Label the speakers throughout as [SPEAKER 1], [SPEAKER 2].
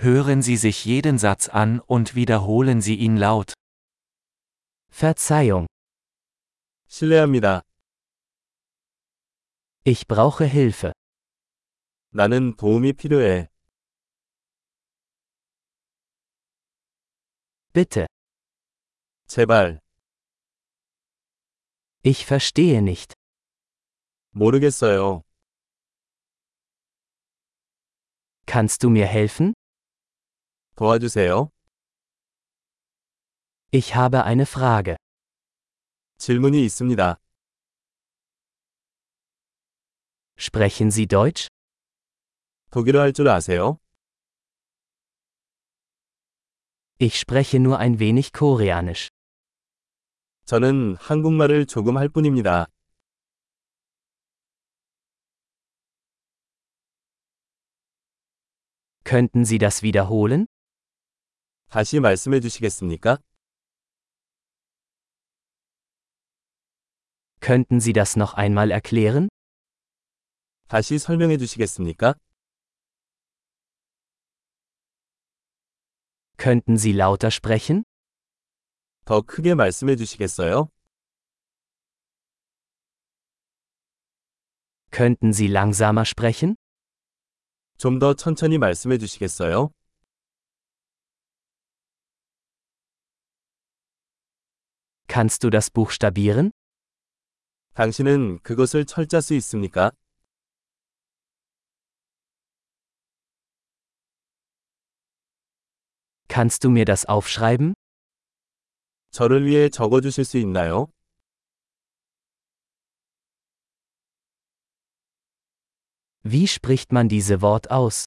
[SPEAKER 1] Hören Sie sich jeden Satz an und wiederholen Sie ihn laut.
[SPEAKER 2] Verzeihung,
[SPEAKER 3] 실례합니다.
[SPEAKER 2] ich brauche Hilfe.
[SPEAKER 3] 나는 도움이 필요해.
[SPEAKER 2] Bitte,
[SPEAKER 3] 제발.
[SPEAKER 2] ich verstehe nicht.
[SPEAKER 3] 모르겠어요.
[SPEAKER 2] Kannst du mir helfen?
[SPEAKER 3] 도와주세요.
[SPEAKER 2] Ich habe eine Frage.
[SPEAKER 3] 질문이 있습니다.
[SPEAKER 2] Sprechen Sie Deutsch?
[SPEAKER 3] 독일어 할 줄 아세요?
[SPEAKER 2] Ich spreche nur ein wenig Koreanisch.
[SPEAKER 3] 저는 한국말을 조금 할 뿐입니다.
[SPEAKER 2] Könnten Sie das wiederholen?
[SPEAKER 3] 다시 말씀해 주시겠습니까?
[SPEAKER 2] Könnten Sie das noch einmal erklären?
[SPEAKER 3] 다시 설명해 주시겠습니까?
[SPEAKER 2] Könnten Sie lauter sprechen?
[SPEAKER 3] 더 크게 말씀해 주시겠어요?
[SPEAKER 2] Könnten Sie langsamer sprechen?
[SPEAKER 3] 좀 더 천천히 말씀해 주시겠어요?
[SPEAKER 2] Kannst du das buchstabieren?
[SPEAKER 3] 당신은 그것을 철자 수 있습니까?
[SPEAKER 2] Kannst du mir das aufschreiben?
[SPEAKER 3] 저를 위해 적어 주실 수 있나요?
[SPEAKER 2] Wie spricht man diese Wort aus?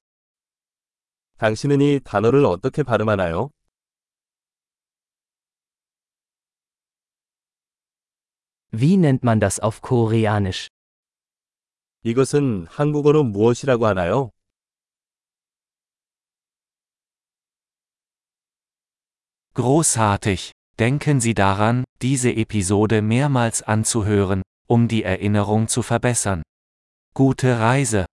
[SPEAKER 3] 당신은 이 단어를 어떻게 발음하나요?
[SPEAKER 2] Wie nennt man das auf Koreanisch?
[SPEAKER 3] 이것은 한국어로 무엇이라고 하나요?
[SPEAKER 1] Großartig! Denken Sie daran, diese Episode mehrmals anzuhören, um die Erinnerung zu verbessern. Gute Reise!